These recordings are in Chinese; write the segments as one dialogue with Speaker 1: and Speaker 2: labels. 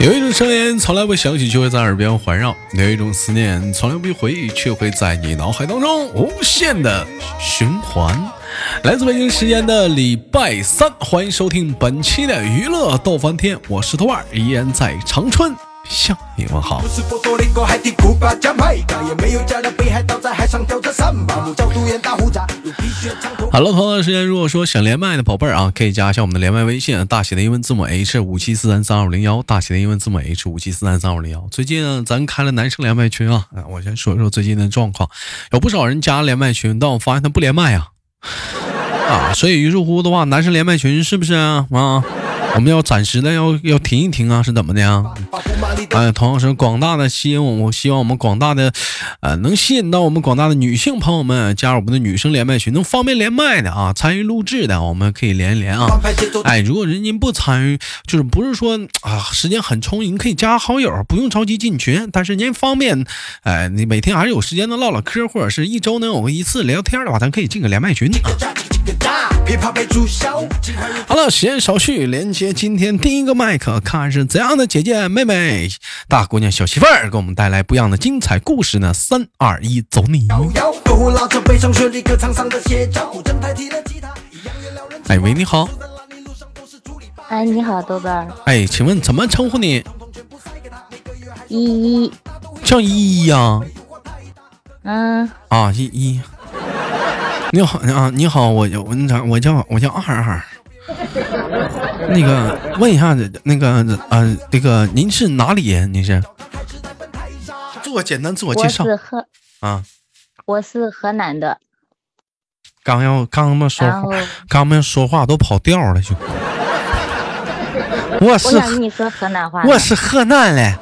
Speaker 1: 有一种声音从来不想起，却会在耳边环绕；有一种思念从来不回忆，却会在你脑海当中无限的循环。来自北京时间的礼拜三，欢迎收听本期的娱乐逗翻天，我是豆瓣儿，依然在长春向你问好
Speaker 2: 不。是波多黎各，海地、古巴、牙买加，也没有加勒比海岛，在海上跳着三把舞，叫独眼大胡渣，有皮靴、长头发。
Speaker 1: 好了，同样的时间，如果说想连麦的宝贝儿啊，可以加一下我们的连麦微信，大写的英文字母 H 五七四三三二五零幺，大写的英文字母 H 五七四三三二五零幺。最近呢，咱开了男生连麦群啊，啊我先说一说最近的状况，有不少人加连麦群，但我发现他不连麦啊，啊，所以于是乎的话，男生连麦群是不是啊？啊我们要暂时的要要停一停啊，是怎么的呀？
Speaker 2: 把布马里的
Speaker 1: 哎，同样是广大的吸引我，我希望我们广大的，呃，能吸引到我们广大的女性朋友们加入我们的女生连麦群，能方便连麦的啊，参与录制的，我们可以连一连啊
Speaker 2: 安。排节奏，
Speaker 1: 哎，如果人您不参与，就是不是说啊时间很充裕，你可以加好友，不用着急进群，但是您方便，哎，你每天还是有时间能唠唠嗑，或者是一周能有个一次聊天的话，咱可以进个连麦群。啊
Speaker 2: 叽个喳叽叽个喳，琵琶被注销，金花又
Speaker 1: 好了，时间少叙，连接今天第一个麦克，看是怎样的姐姐、妹妹、大姑娘、小媳妇儿给我们带来不一样的精彩故事呢？三二一，走你！
Speaker 2: 摇摇，歌喉拉着悲伤旋律，歌唱上的写照，古筝抬起了吉他，一样原谅人。
Speaker 1: 哎喂，你好，
Speaker 2: 走在烂泥路上都是竹篱笆，
Speaker 3: 哎，你好，豆瓣儿，
Speaker 1: 哎，请问怎么称呼你？
Speaker 2: 统统全部塞给他，每个月还
Speaker 3: 依依，
Speaker 1: 叫依依呀？
Speaker 3: 嗯，
Speaker 1: 啊，依依。你好啊，你好，我我那啥，我叫我叫二二。那个，问一下，那个呃，那个您是哪里人？您是？做个简单自我介
Speaker 3: 我
Speaker 1: 绍
Speaker 3: 是河，
Speaker 1: 啊。
Speaker 3: 我是河南的，
Speaker 1: 刚要刚他妈说
Speaker 3: 然后
Speaker 1: 话，刚们说话都跑调了，就。我
Speaker 3: 我
Speaker 1: 是
Speaker 3: 想跟你说河南话呢。
Speaker 1: 我是河南嘞，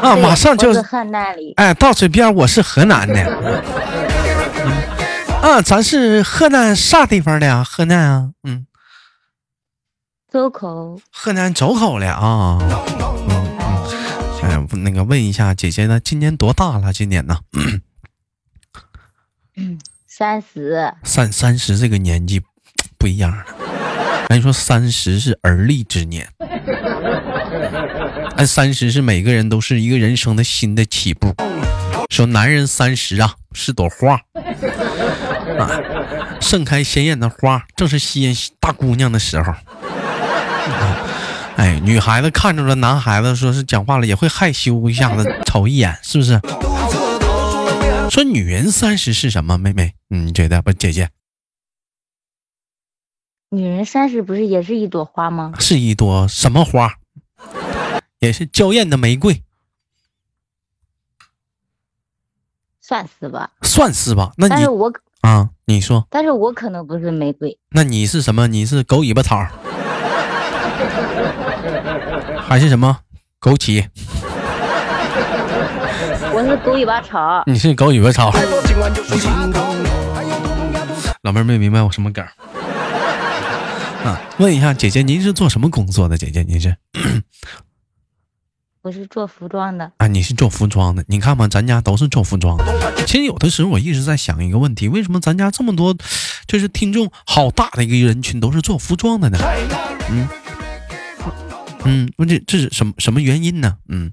Speaker 1: 啊，
Speaker 3: 对
Speaker 1: 马上就
Speaker 3: 我是河南里，
Speaker 1: 哎到嘴边，我是河南的。啊，咱是河南啥地方的呀？河南啊，嗯，
Speaker 3: 周口，
Speaker 1: 河南周口的啊。嗯嗯，哎，那个问一下姐姐呢，今年多大了？今年呢？
Speaker 3: 三十，
Speaker 1: 三三十这个年纪不一样了。咱说三十是而立之年，按三十是每个人都是一个人生的新的起步。说男人三十啊是朵花，啊，盛开鲜艳的花，正是吸引大姑娘的时候。啊哎，女孩子看着了男孩子，说是讲话了也会害羞一下子瞅一眼，是不是？说女人三十是什么？妹妹，嗯你觉得不？姐姐
Speaker 3: 女人三十不是也是一朵花吗？
Speaker 1: 是一朵什么花？也是娇艳的玫瑰，
Speaker 3: 算是吧，
Speaker 1: 算是吧？那
Speaker 3: 但
Speaker 1: 你
Speaker 3: 是我可
Speaker 1: 啊，你说，
Speaker 3: 但是我可能不是玫瑰，
Speaker 1: 那你是什么？你是狗尾巴草，还是什么枸杞？
Speaker 3: 我是狗尾巴草，
Speaker 1: 你是狗尾巴草。
Speaker 2: 太多今晚又是晴空，还有多么遥不可
Speaker 1: 老妹儿没明白我什么梗儿。啊，问一下姐姐，您是做什么工作的？姐姐，您是
Speaker 3: 我是做服装的，
Speaker 1: 啊，你是做服装的。你看吧，咱家都是做服装的。
Speaker 2: 动的。
Speaker 1: 其实有的时候我一直在想一个问题，为什么咱家这么多，就是听众好大的一个人群都是做服装的呢？嗯，嗯，问这这是什么什么原因呢？嗯，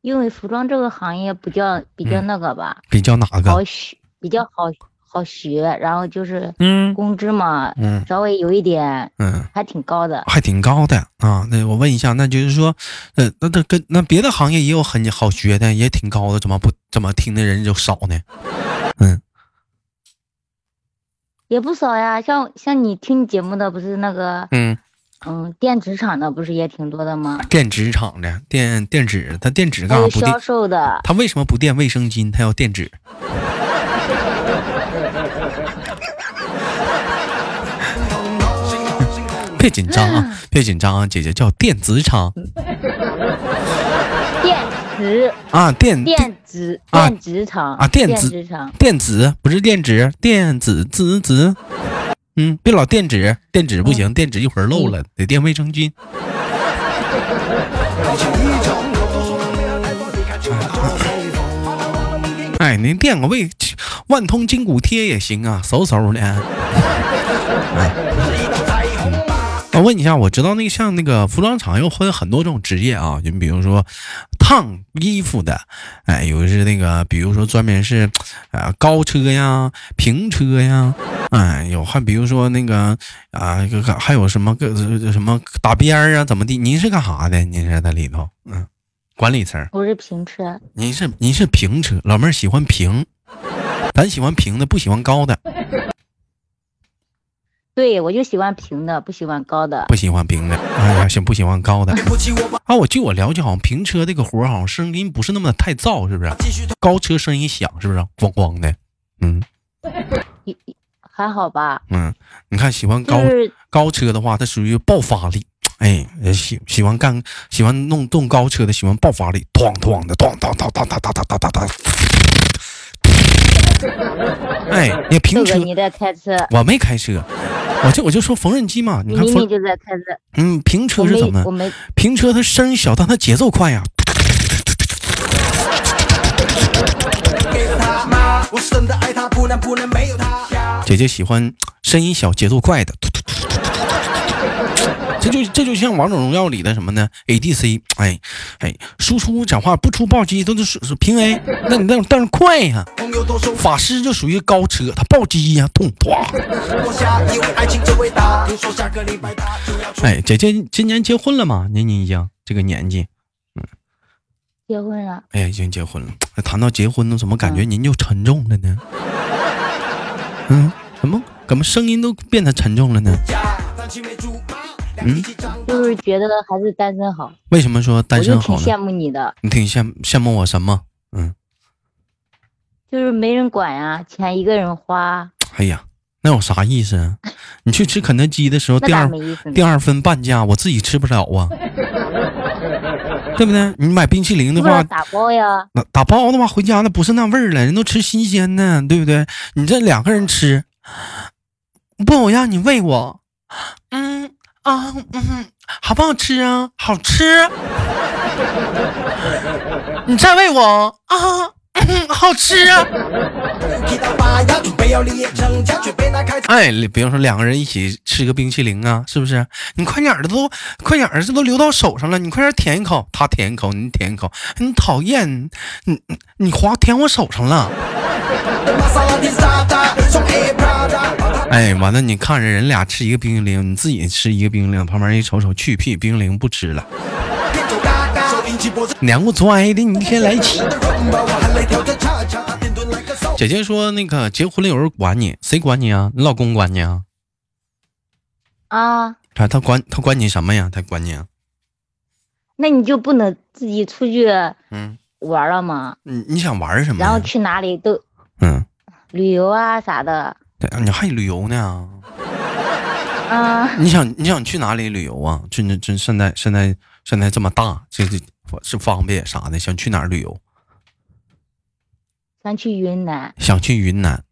Speaker 3: 因为服装这个行业比较比较
Speaker 1: 嗯
Speaker 3: 那个吧，
Speaker 1: 比较哪
Speaker 3: 好
Speaker 1: 个？
Speaker 3: 学，比较好好学，然后就是
Speaker 1: 嗯
Speaker 3: 工资嘛，
Speaker 1: 嗯
Speaker 3: 稍微有一点
Speaker 1: 嗯，
Speaker 3: 还挺高的，
Speaker 1: 还挺高的啊。那我问一下，那就是说，呃，那这跟那别的行业也有很好学的，也挺高的，怎么不怎么听的人就少呢？嗯，
Speaker 3: 也不少呀，像像你听节目的不是那个，
Speaker 1: 嗯，
Speaker 3: 嗯，电子厂的不是也挺多的吗？
Speaker 1: 电纸厂的电电纸，他电纸
Speaker 3: 还
Speaker 1: 干啥
Speaker 3: 有
Speaker 1: 不电
Speaker 3: 销？售的，
Speaker 1: 他为什么不垫卫生巾？他要垫纸？别紧张啊，别紧张啊，姐姐叫电子厂
Speaker 3: 电子
Speaker 1: 啊，电
Speaker 3: 电子
Speaker 1: 啊
Speaker 3: 电子厂
Speaker 1: 啊电
Speaker 3: 电
Speaker 1: 子
Speaker 3: 厂，
Speaker 1: 电子不是电纸，电子子子，嗯，别老垫纸，垫纸不行，垫纸一会儿漏了，得垫卫生巾。哎，您垫个卫万通 筋骨贴也行啊，嗖嗖的。那问一下，哎我知道那个像那个服装厂又分很多种职业啊，你比如说烫衣服的，哎，有的是那个，比如说专门是，呃，高车呀、平车呀，哎，有还比如说那个啊、这个还有什么个什么打边儿啊，怎么地？您是干啥的？您是在里头，嗯，管理层。
Speaker 3: 我是平车，
Speaker 1: 您是您是平车，老妹儿喜欢平，咱喜欢平的，不喜欢高的，
Speaker 3: 对我就喜欢平的，不喜欢高的。
Speaker 1: 不喜欢平的。哎呀，行，不喜欢高的。
Speaker 2: 对不起，我把
Speaker 1: 啊，我据我了解，好像平车这个活儿好像声音不是那么的太燥，是不是？
Speaker 2: 继续投。
Speaker 1: 高车声音响，是不是？咣咣的。嗯
Speaker 3: 还好吧，
Speaker 1: 嗯，你看喜欢
Speaker 3: 就
Speaker 1: 高
Speaker 3: 是
Speaker 1: 高车的话，它属于爆发力。哎，也喜喜欢干喜欢弄动高车的，喜欢爆发力，哐哐的，哐当当当当当当当当当。哎，你
Speaker 3: 豆
Speaker 1: 平
Speaker 3: 哥
Speaker 1: 车
Speaker 3: 你在开车，
Speaker 1: 我没开车，我就我就说缝纫机嘛，你
Speaker 3: 你
Speaker 1: 看
Speaker 3: 明
Speaker 1: 缝，
Speaker 3: 明就在开车，
Speaker 1: 嗯，平
Speaker 3: 我
Speaker 1: 车是怎
Speaker 3: 没我
Speaker 1: 么？
Speaker 3: 没
Speaker 1: 平车它声音小，但它节奏快呀。
Speaker 2: 给了他妈，我是真的爱他，不能不能没有他。呀
Speaker 1: 姐姐喜欢声音小、节奏快的，突突突突突突突突这就这就像王者荣耀里的什么呢？ADC，哎哎，输出讲话不出暴击，都是属属平 A，那你那但是快呀、
Speaker 2: 朋友都说
Speaker 1: 法师就属于高车，他暴击呀、痛哇！
Speaker 2: 我瞎，以为爱情真伟大。听说下个礼拜他就要出。
Speaker 1: 哎，姐姐今年结婚了吗？您您已经这个年纪，
Speaker 3: 结婚啊了，
Speaker 1: 哎呀，已经结婚了。哎谈到结婚呢，怎么感觉
Speaker 3: 嗯
Speaker 1: 您就沉重了呢？嗯，怎么怎么声音都变得沉重了呢？
Speaker 2: 家，单青梅竹马，两人一起长大。
Speaker 3: 就是觉得还是单身好，
Speaker 1: 为什么说单
Speaker 3: 我就
Speaker 1: 身
Speaker 3: 挺
Speaker 1: 好
Speaker 3: 羡
Speaker 1: 呢？
Speaker 3: 慕你的，
Speaker 1: 你挺羡羡慕我什么？嗯。
Speaker 3: 就是没人管呀、钱一个人花，
Speaker 1: 哎呀，那有啥意思啊？你去吃肯德基的时候，
Speaker 3: 那
Speaker 1: 第
Speaker 3: 咋
Speaker 1: 二
Speaker 3: 没意思
Speaker 1: 第
Speaker 3: 呢？
Speaker 1: 二份半价，我自己吃不了啊，对不对？你买冰淇淋的
Speaker 3: 不知道
Speaker 1: 话，
Speaker 3: 打包呀，
Speaker 1: 那打包的话，回家那不是那味儿了，人都吃新鲜的，对不对？你这两个人吃，不，我让你喂我，嗯啊嗯，好不好吃啊？好吃，你再喂我啊，嗯好吃啊。
Speaker 2: 提到发芽，准备要立业成家，却被那开头
Speaker 1: 哎，比方说两个人一起吃个冰淇淋啊，是不是？你快点儿的都，快点儿的这都流到手上了，你快点儿舔一口，他舔一口，你舔一口，你讨厌，你你你划舔我手上了。
Speaker 2: 的玛莎拉蒂沙扎，送 A Prada，把 他
Speaker 1: 哎，完了，你看着人俩吃一个冰淇淋，你自己吃一个冰淇淋，旁边一瞅瞅，去屁，冰淇淋不吃了，
Speaker 2: 变走嘎嘎，手拎起脖子
Speaker 1: 娘给我拽的，你一天来气。
Speaker 2: 的 rumba，我含泪跳着恰恰，点缀来个骚。
Speaker 1: 姐姐说那个结婚了有人管你，谁管你啊？你老公管你啊？
Speaker 3: 啊，
Speaker 1: 他他管他管你什么呀？他管你啊？
Speaker 3: 那你就不能自己出去
Speaker 1: 嗯，
Speaker 3: 玩了吗？
Speaker 1: 你你想玩什么
Speaker 3: 然后
Speaker 1: 呀？
Speaker 3: 去哪里都
Speaker 1: 嗯，
Speaker 3: 旅游啊啥的，
Speaker 1: 对你还旅游呢？
Speaker 3: 啊，
Speaker 1: 你想你想去哪里旅游啊？就那真现在现在现在这么大，这这是方便啥的，想去哪儿旅游？
Speaker 3: 咱去云南，
Speaker 1: 想去云南，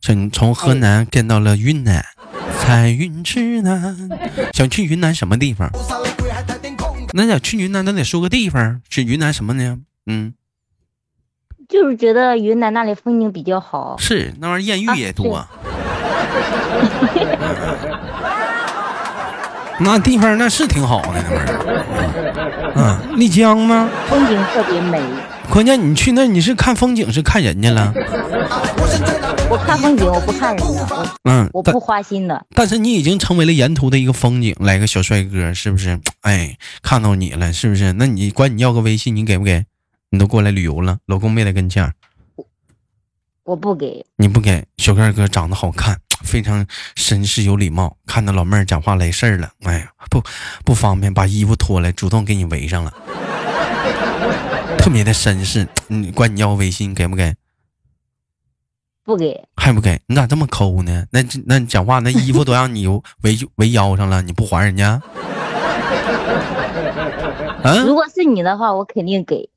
Speaker 1: 这你从河南变到了云
Speaker 3: 哦
Speaker 1: 南，彩云之南。想去云南什么地方？
Speaker 2: 菩萨来跪还带点空
Speaker 1: 那想去云南，咱得说个地方。去云南什么呢？嗯，
Speaker 3: 就是觉得云南那里风景比较好，
Speaker 1: 是那玩意儿艳
Speaker 3: 啊
Speaker 1: 遇也多。
Speaker 3: 是
Speaker 1: 那地方那是挺好的，那玩意儿。嗯，丽江吗？
Speaker 3: 风景特别美。
Speaker 1: 关键你去那你是看风景，是看人家了。
Speaker 2: 啊！我现在拿
Speaker 3: 我看风景，我不看人的，我
Speaker 1: 嗯，
Speaker 3: 我
Speaker 1: 但
Speaker 3: 不花心的。
Speaker 1: 但是你已经成为了沿途的一个风景，来个小帅哥，是不是？哎，看到你了，是不是？那你管你要个微信，你给不给？你都过来旅游了，老公没在跟前儿，
Speaker 3: 我不给，
Speaker 1: 你不给小帅哥长得好看，非常绅士有礼貌，看到老妹儿讲话来事儿了，哎呀，不不方便，把衣服脱了，主动给你围上了， 特别的绅士。你管你要个微信，给不给？
Speaker 3: 不给，
Speaker 1: 还不给？你咋这么抠呢？那这那你讲话那衣服都让你 围围腰上了，你不还人家？嗯、
Speaker 3: 如果是你的话，我肯定给。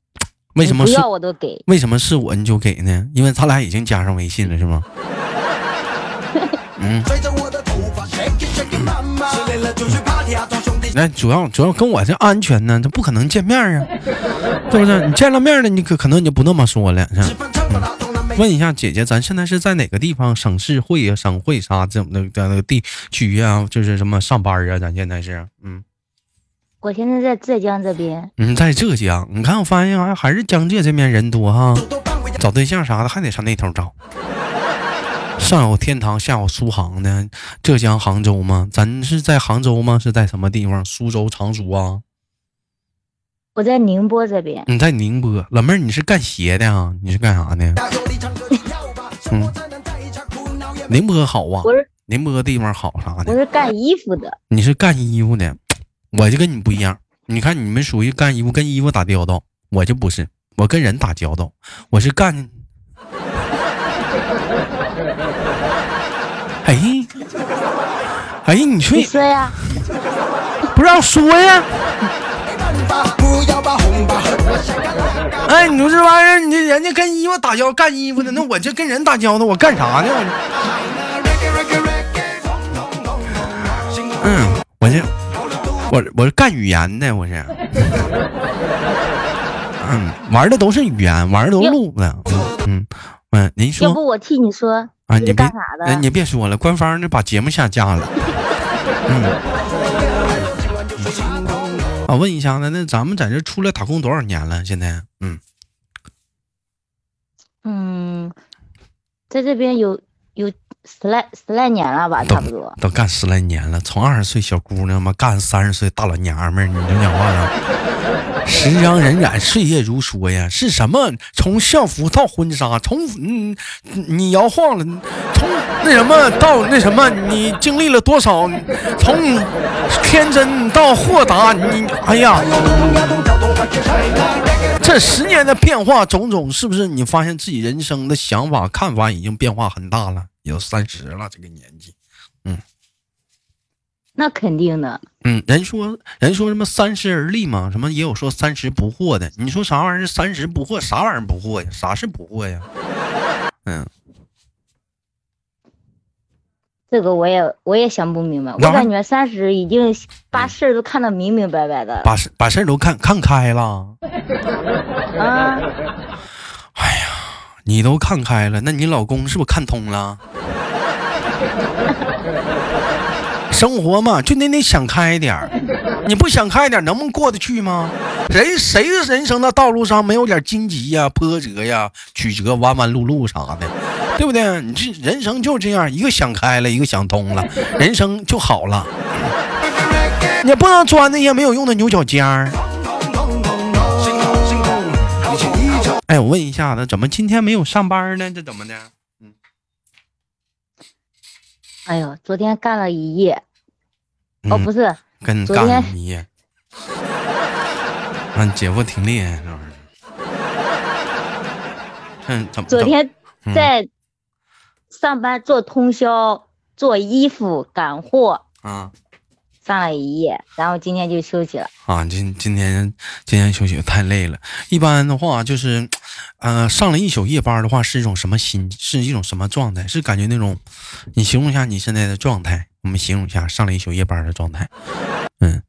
Speaker 1: 为什么
Speaker 3: 你
Speaker 1: 是
Speaker 3: 不要我都给？
Speaker 1: 为什么是我你就给呢？因为咱俩已经加上微信了，是吗？
Speaker 3: 嗯
Speaker 2: 追着我的头发，shake it shake it，妈妈。失恋了就去 party 啊，装兄弟。
Speaker 1: 那主要主要跟我这安全呢，这不可能见面啊，对不对？你见了面了，你可可能你就不那么说了，是吧
Speaker 2: 吃饭撑不拉动了，没
Speaker 1: 问一下姐姐，咱现在是在哪个地方省市会呀、省会啥这种的在那个地区啊，就是什么上班啊？咱现在是，嗯，
Speaker 3: 我现在在浙江这边，
Speaker 1: 嗯，在浙江，你看我发现哎还还是江浙这边人多哈，
Speaker 2: 都搬回家。
Speaker 1: 找对象啥的还得上那头找。上有天堂，下有苏杭的，浙江杭州吗？咱是在杭州吗？是在什么地方？苏州、常熟啊？
Speaker 3: 我在宁波这边，
Speaker 1: 你在宁波，老妹儿，你是干鞋的啊？你是干啥的？
Speaker 2: 大有理唱歌，你要吧，生活才能在一场苦恼也没
Speaker 1: 宁波好啊，
Speaker 3: 我是
Speaker 1: 宁波地方好啥
Speaker 3: 我
Speaker 1: 的。
Speaker 3: 是干衣服的，
Speaker 1: 你是干衣服的，我就跟你不一样。你看你们属于干衣服跟衣服打交道，我就不是，我跟人打交道，我是干。哎，哎，你说
Speaker 3: 你说呀？
Speaker 1: 不让说呀？
Speaker 2: 办法，不要把红吧，我想干哪干。
Speaker 1: 哎，你说这玩意儿，你这人家跟衣服打交道干衣服的，那我这跟人打交道，我干啥呢？我嗯，我这我我是干语言的，我是。嗯，玩的都是语言，玩的都是路子。嗯嗯，您
Speaker 3: 要
Speaker 1: 说
Speaker 3: 不我替你说
Speaker 1: 啊，
Speaker 3: 你
Speaker 1: 你
Speaker 3: 是
Speaker 1: 别
Speaker 3: 干啥的？
Speaker 1: 哎，你别说了，官方就把节目下架了。嗯，啊，问一下呢，那咱们在这出来打工多少年了？现在，嗯，
Speaker 3: 嗯，在这边有有十来十来年了吧，差不多。
Speaker 1: 都干十来年了，从二十岁小姑娘嘛干三十岁大老娘们儿，你这讲话呢？时光荏苒，岁月如梭呀，是什么？从校服到婚纱，从嗯你摇晃了，从那什么到那什么，你经历了多少？从天真到豁达，你哎呀，这十年的变化种种，是不是你发现自己人生的想法、看法已经变化很大了？也都三十了，这个年纪。
Speaker 3: 那肯定的，
Speaker 1: 嗯，人说人说什么三十而立嘛，什么也有说三十不惑的。你说啥玩意儿？三十不惑，啥玩意儿不惑呀？啥是不惑呀？嗯，
Speaker 3: 这个我也我也想不明白。我
Speaker 1: 然后
Speaker 3: 感觉三十已经把事儿都看得明明白白的了
Speaker 1: 把事把事儿都看看开了，
Speaker 3: 啊。
Speaker 1: 你都看开了，那你老公是不是看通了？生活嘛，就你得想开点儿，你不想开点儿，能不能过得去吗？人谁人生的道路上没有点荆棘呀、波折呀、曲折、弯弯路路啥的，对不对？你这人生就是这样，一个想开了，一个想通了，人生就好了。你不能钻那些没有用的牛角尖儿。哎，我问一下子，怎么今天没有上班呢？这怎么的？
Speaker 3: 哎呦，昨天干了一夜，哦，
Speaker 1: 嗯
Speaker 3: 不是，
Speaker 1: 跟
Speaker 3: 昨
Speaker 1: 干
Speaker 3: 天
Speaker 1: 一 夜。啊，姐夫挺厉害，这玩意儿。 嗯，怎么？
Speaker 3: 昨天
Speaker 1: 嗯
Speaker 3: 在上班做通宵，做衣服赶货，
Speaker 1: 啊
Speaker 3: 上了一夜，然后今天就休息了。
Speaker 1: 啊，今今天今天休息太累了。一般的话就是，呃，上了一宿夜班的话，是一种什么心？是一种什么状态？是感觉那种，你形容一下你现在的状态。我们形容一下上了一宿夜班的状态。嗯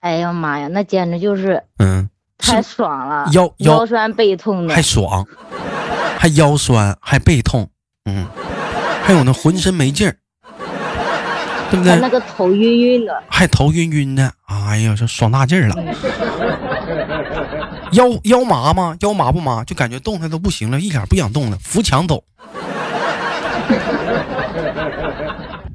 Speaker 3: 哎呀妈呀，那简直就是
Speaker 1: 嗯，是
Speaker 3: 太爽了，
Speaker 1: 腰腰
Speaker 3: 腰酸背痛的
Speaker 1: 还，爽，还腰酸，还背痛，嗯，还有那浑身没劲儿，对不
Speaker 3: 还那
Speaker 1: 对？
Speaker 3: 个头晕晕的。
Speaker 1: 还头晕晕的，哎呀，这爽大劲儿了。腰腰麻吗？腰麻不麻？就感觉动弹都不行了，一点不想动了，扶墙走，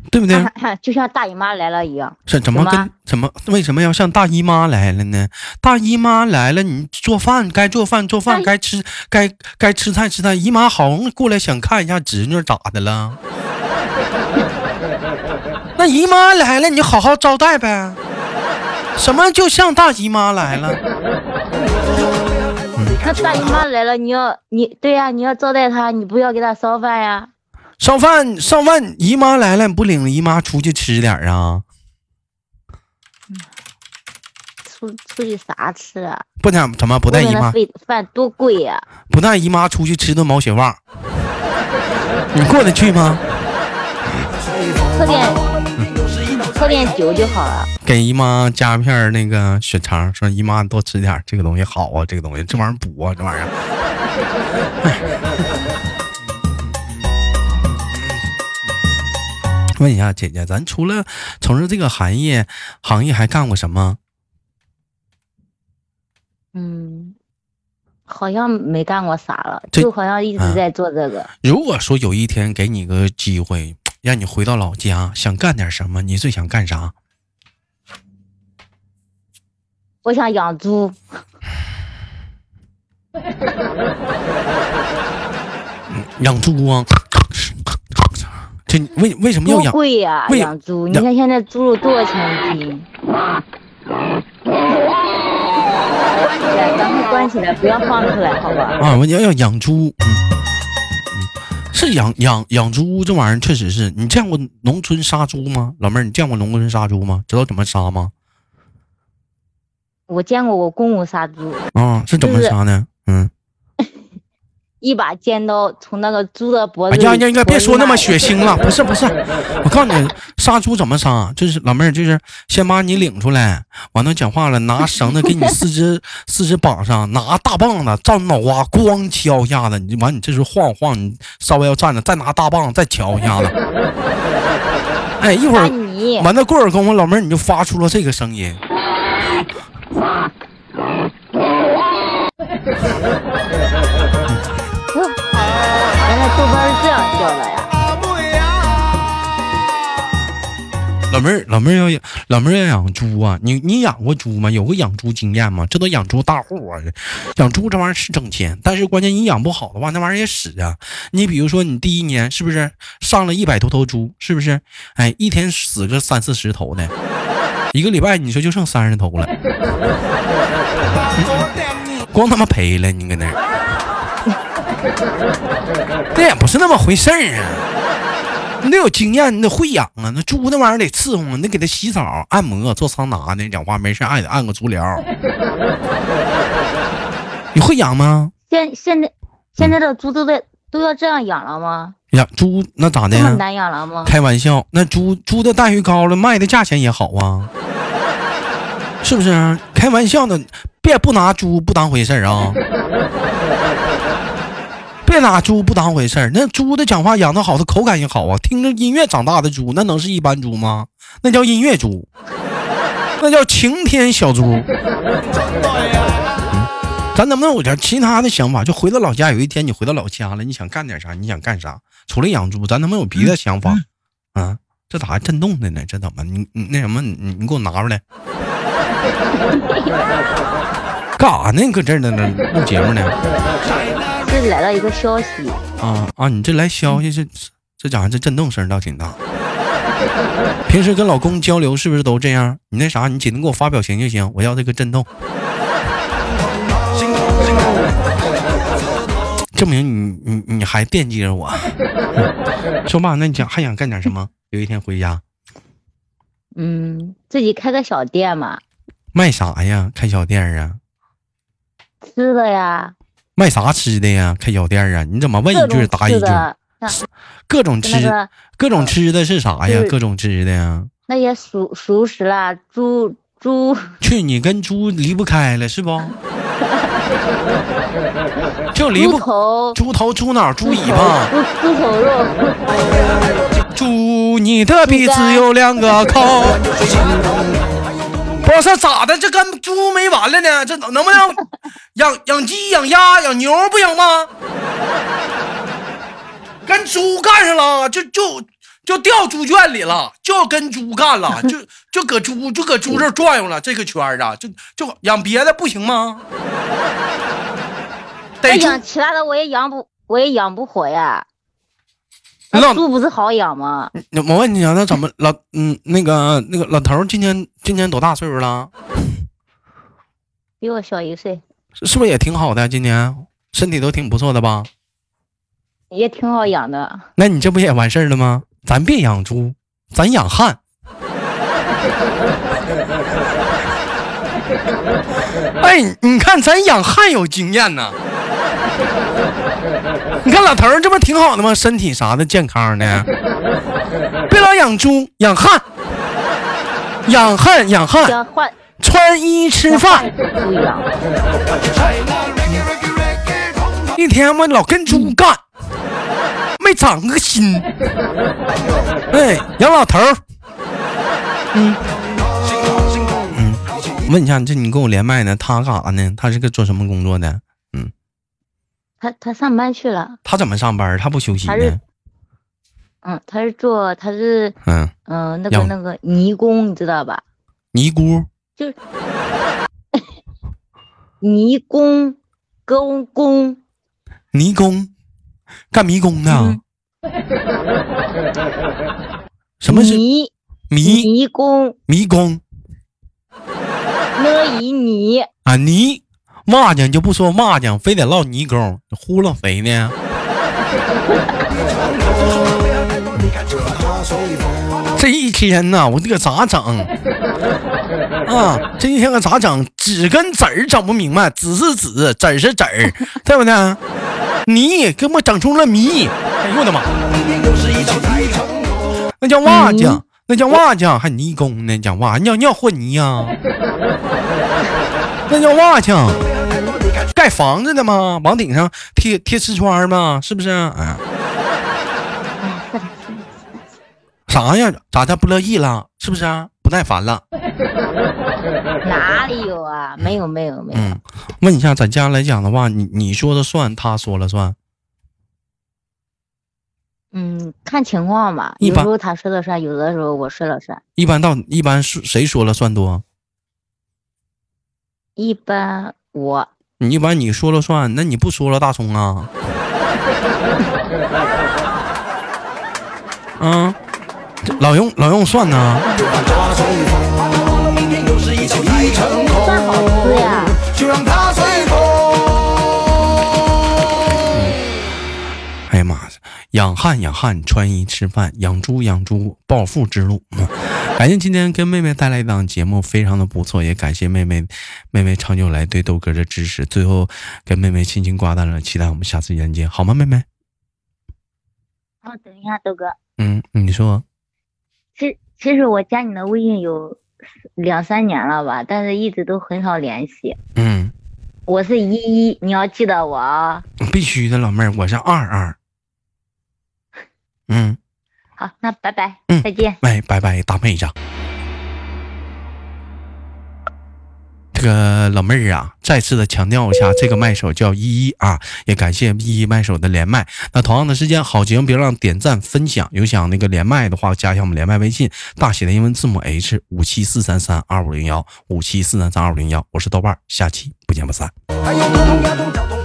Speaker 1: 对不对？
Speaker 3: 就像大姨妈来了一样，
Speaker 1: 这怎么
Speaker 3: 什
Speaker 1: 跟
Speaker 3: 么
Speaker 1: 怎么为什么要像大姨妈来了呢？大姨妈来了，你做饭该做饭做饭，
Speaker 3: 大姨
Speaker 1: 该吃该该吃菜吃菜。姨妈好容易过来想看一下侄女咋的了？ 那姨妈来了，你就好好招待呗。什么就像大姨妈来了？
Speaker 3: 那大姨妈来了，你要你对呀、你要招待她，你不要给她烧饭呀。
Speaker 1: 烧饭上饭，姨妈来了，你不领着姨妈出去吃点儿啊？
Speaker 3: 出出去啥吃啊？
Speaker 1: 不怎怎么不带
Speaker 3: 外
Speaker 1: 姨
Speaker 3: 面
Speaker 1: 妈
Speaker 3: 的费饭多贵呀、
Speaker 1: 不带姨妈出去吃顿毛血旺， 你过得去吗？
Speaker 3: 喝点喝点酒就好了。
Speaker 1: 给姨妈加片儿那个血肠，说姨妈多吃点儿这个东西好啊，这个东西这玩意儿补啊，这玩意儿。哎问一下姐姐，咱除了从事这个行业，行业还干过什么？
Speaker 3: 嗯，好像没干过啥了，
Speaker 1: 这
Speaker 3: 就好像一直
Speaker 1: 嗯
Speaker 3: 在做这个。
Speaker 1: 如果说有一天给你个机会，让你回到老家，想干点什么，你最想干啥？
Speaker 3: 我想养猪，
Speaker 1: 养猪啊？这你为为什么要
Speaker 3: 多
Speaker 1: 养？
Speaker 3: 贵呀、
Speaker 1: 喂
Speaker 3: 养猪！你
Speaker 1: 养
Speaker 3: 看现在猪肉多少钱一斤？关起来，赶快关起来，不要放出来，好吧？
Speaker 1: 啊，我要要养猪，嗯，嗯是养养养猪这玩意儿，确实是你见过农村杀猪吗？老妹儿，你见过农村杀猪吗？知道怎么杀吗？
Speaker 3: 我见过我公公杀猪，
Speaker 1: 啊，是怎么
Speaker 3: 就是
Speaker 1: 杀呢？嗯，
Speaker 3: 一把尖刀从那个猪的脖
Speaker 1: 哎
Speaker 3: 子里，
Speaker 1: 呀呀呀，别说那么
Speaker 3: 血。
Speaker 1: 血腥了，不是不是，我告诉你，杀猪怎么杀？就是老妹儿，就是先把你领出来，完了讲话了，拿绳子给你四肢四肢绑上，拿大棒子照脑瓜咣敲一下子，你完你这时候晃晃，你稍微要站着，再拿大棒再敲一下子。哎，一会
Speaker 3: 大
Speaker 1: 儿
Speaker 3: 泥，
Speaker 1: 完那过会儿功夫，老妹儿你就发出了这个声音。
Speaker 3: 原来豆瓣是这样叫的呀！
Speaker 1: 老妹儿，老妹儿要养，老妹儿要养猪啊！你你养过猪吗？有过养猪经验吗？这都养猪大户啊！养猪这玩意儿是挣钱，但是关键你养不好的话，那玩意儿也屎啊！你比如说，你第一年是不是上了一百多头猪？是不是？哎，一天死个三四十头的，一个礼拜你说就剩三十头了，光他妈赔了，你搁那儿，这也不是那么回事儿啊！你得有经验，你得会养啊。那猪那玩意儿得伺候啊，你得给它洗澡、按摩、做桑拿呢。讲话没事还得按个足疗。你会养吗？
Speaker 3: 现现在现在的猪都在都要这样养了吗？
Speaker 1: 养猪那咋的
Speaker 3: 这么
Speaker 1: 呀？
Speaker 3: 难养了吗？
Speaker 1: 开玩笑，那猪猪的待遇高了，卖的价钱也好啊，是不是啊？开玩笑呢，别不拿猪不当回事儿啊。别拿猪不当回事儿，那猪的讲话养得好，它口感也好啊。听着音乐长大的猪，那能是一般猪吗？那叫音乐猪，那叫晴天小猪。嗯咱能不能有点其他的想法？就回到老家，有一天你回到老家了，你想干点啥？你想干啥？除了养猪，咱能不能有别的想法？啊，这咋还震动的呢？这怎么？你你那什么？你你你给我拿出来。 干啥呢？你搁这儿呢？录节目呢？
Speaker 3: 这是来了一个消息，
Speaker 1: 啊啊！你这来消息这这家伙这震动声倒挺大。平时跟老公交流是不是都这样？你那啥，你紧着给我发表情就行，我要这个震动。 证明你你你还惦记着我。 说吧，那你想还想干点什么？有一天回家
Speaker 3: 嗯，自己开个小店嘛，
Speaker 1: 卖啥呀？开小店儿啊？
Speaker 3: 吃的呀，
Speaker 1: 卖啥吃的呀？开小店儿啊？你怎么问
Speaker 3: 各
Speaker 1: 一句
Speaker 3: 种
Speaker 1: 答
Speaker 3: 吃
Speaker 1: 一句？
Speaker 3: 的，像
Speaker 1: 各种吃
Speaker 3: 那个嗯
Speaker 1: 各种吃的是啥呀
Speaker 3: 就？是
Speaker 1: 各种吃的呀？
Speaker 3: 那些熟熟食啦，猪猪，
Speaker 1: 去，你跟猪离不开了是 不？就离
Speaker 3: 猪
Speaker 1: 不
Speaker 3: 头，
Speaker 1: 猪头、猪脑、猪
Speaker 3: 猪
Speaker 1: 尾
Speaker 3: 头
Speaker 1: 巴。
Speaker 3: 猪猪头肉，
Speaker 1: 猪，你的鼻子有两个孔。 不是咋的？这跟猪没完了呢？这能不能 养养鸡、养鸭、养牛不行吗？ 跟猪干上了，就就就掉猪圈里了，就跟猪干 了，就就搁猪就搁猪这儿转悠了这个圈儿啊，就就养别的不行 吗？
Speaker 3: 那
Speaker 1: 得猪
Speaker 3: 养其他的我也养不，我也养不活呀。
Speaker 1: 那
Speaker 3: 那猪不是好养吗？
Speaker 1: 那我问你啊，那怎么老嗯那个那个老头儿今年今年多大岁数了？
Speaker 3: 比我小一岁，
Speaker 1: 是是不是也挺好的？今年身体都挺不错的吧？
Speaker 3: 也挺好养的。
Speaker 1: 那你这不也完事儿了吗？咱别养猪，咱养汉。 哎，你看咱养汉有经验呐。你看老头儿这不挺好的吗？身体啥的健康的，别老养猪，养汉。养汉养汉，
Speaker 3: 交换
Speaker 1: 穿衣 吃饭，
Speaker 3: 不一样。
Speaker 1: 一天嘛老跟猪干，没长个心。哎，杨老头儿，嗯问一下，这你跟我连麦呢？他干啥呢？他是个做什么工作的？嗯，
Speaker 3: 他他上班去了，
Speaker 1: 他怎么上班？他不休息
Speaker 3: 他是
Speaker 1: 呢？
Speaker 3: 嗯，他是做他是
Speaker 1: 嗯，
Speaker 3: 嗯、那
Speaker 1: 要
Speaker 3: 个那个泥工，你知道吧？
Speaker 1: 尼姑
Speaker 3: 就是 泥工、工工，
Speaker 1: 泥工，干迷宫的啊。
Speaker 3: 嗯
Speaker 1: 什么是
Speaker 3: 泥
Speaker 1: 迷
Speaker 3: 泥工
Speaker 1: 迷宫
Speaker 3: 呢一泥，
Speaker 1: 啊？泥蚂蚱你就不说蚂蚱，非得唠泥工，糊弄谁呢？ 这一天呐，我这个咋整啊？这一天可咋整？纸跟籽儿整不明白，籽是籽，籽儿是籽儿，对不对？泥给我整出了谜，哎呦我的妈！那叫蚂蚱，那叫蚂蚱，还泥工呢？讲话尿尿和泥呀、啊那叫瓦匠，盖房子的吗？往顶上贴贴瓷砖儿吗？是不是？哎，啥呀？咋的？不乐意了？是不是、不耐烦了？
Speaker 3: 哪里有啊？没有没有没有，
Speaker 1: 嗯，问一下，在家来讲的话，你你说了算，他说了算。
Speaker 3: 嗯，看情况吧，
Speaker 1: 一
Speaker 3: 有
Speaker 1: 般
Speaker 3: 时候他说了算，有的时候我说了算。
Speaker 1: 一般到一般是谁说了算多？
Speaker 3: 一般我
Speaker 1: 你一般你说了算，那你不说了，大葱啊？ 嗯，这老用老用算呢？
Speaker 3: 算好吃呀，
Speaker 2: 就让它随风。
Speaker 1: 哎呀妈呀！养汉养汉，穿衣吃饭，养猪养猪，暴富之路。嗯 感谢今天跟妹妹带来一档节目，非常的不错，也感谢妹妹，妹妹长久来对豆哥的支持。最后跟妹妹轻轻挂断了，期待我们下次连接，好吗，妹妹？
Speaker 3: 然后等一下，豆哥，
Speaker 1: 嗯，你说
Speaker 3: 其其实我加你的微信有两三年了吧，但是一直都很少联系。
Speaker 1: 嗯，
Speaker 3: 我是一一，你要记得我啊。
Speaker 1: 必须的，老妹儿，我是二二。嗯，
Speaker 3: 好，那拜拜，
Speaker 1: 嗯
Speaker 3: 再见。
Speaker 1: 哎，拜拜，大妹子。这个老妹儿啊，再次的强调一下，这个麦手叫依依啊，也感谢依依麦手的连麦。那同样的时间，好节目别忘点赞分享。有想那个连麦的话，加一下我们连麦微信，大写的英文字母 H 五七四三三二五零幺五七四三三二五零幺。我是豆瓣儿，下期不见不散。
Speaker 2: 还有不同摇动、跳动。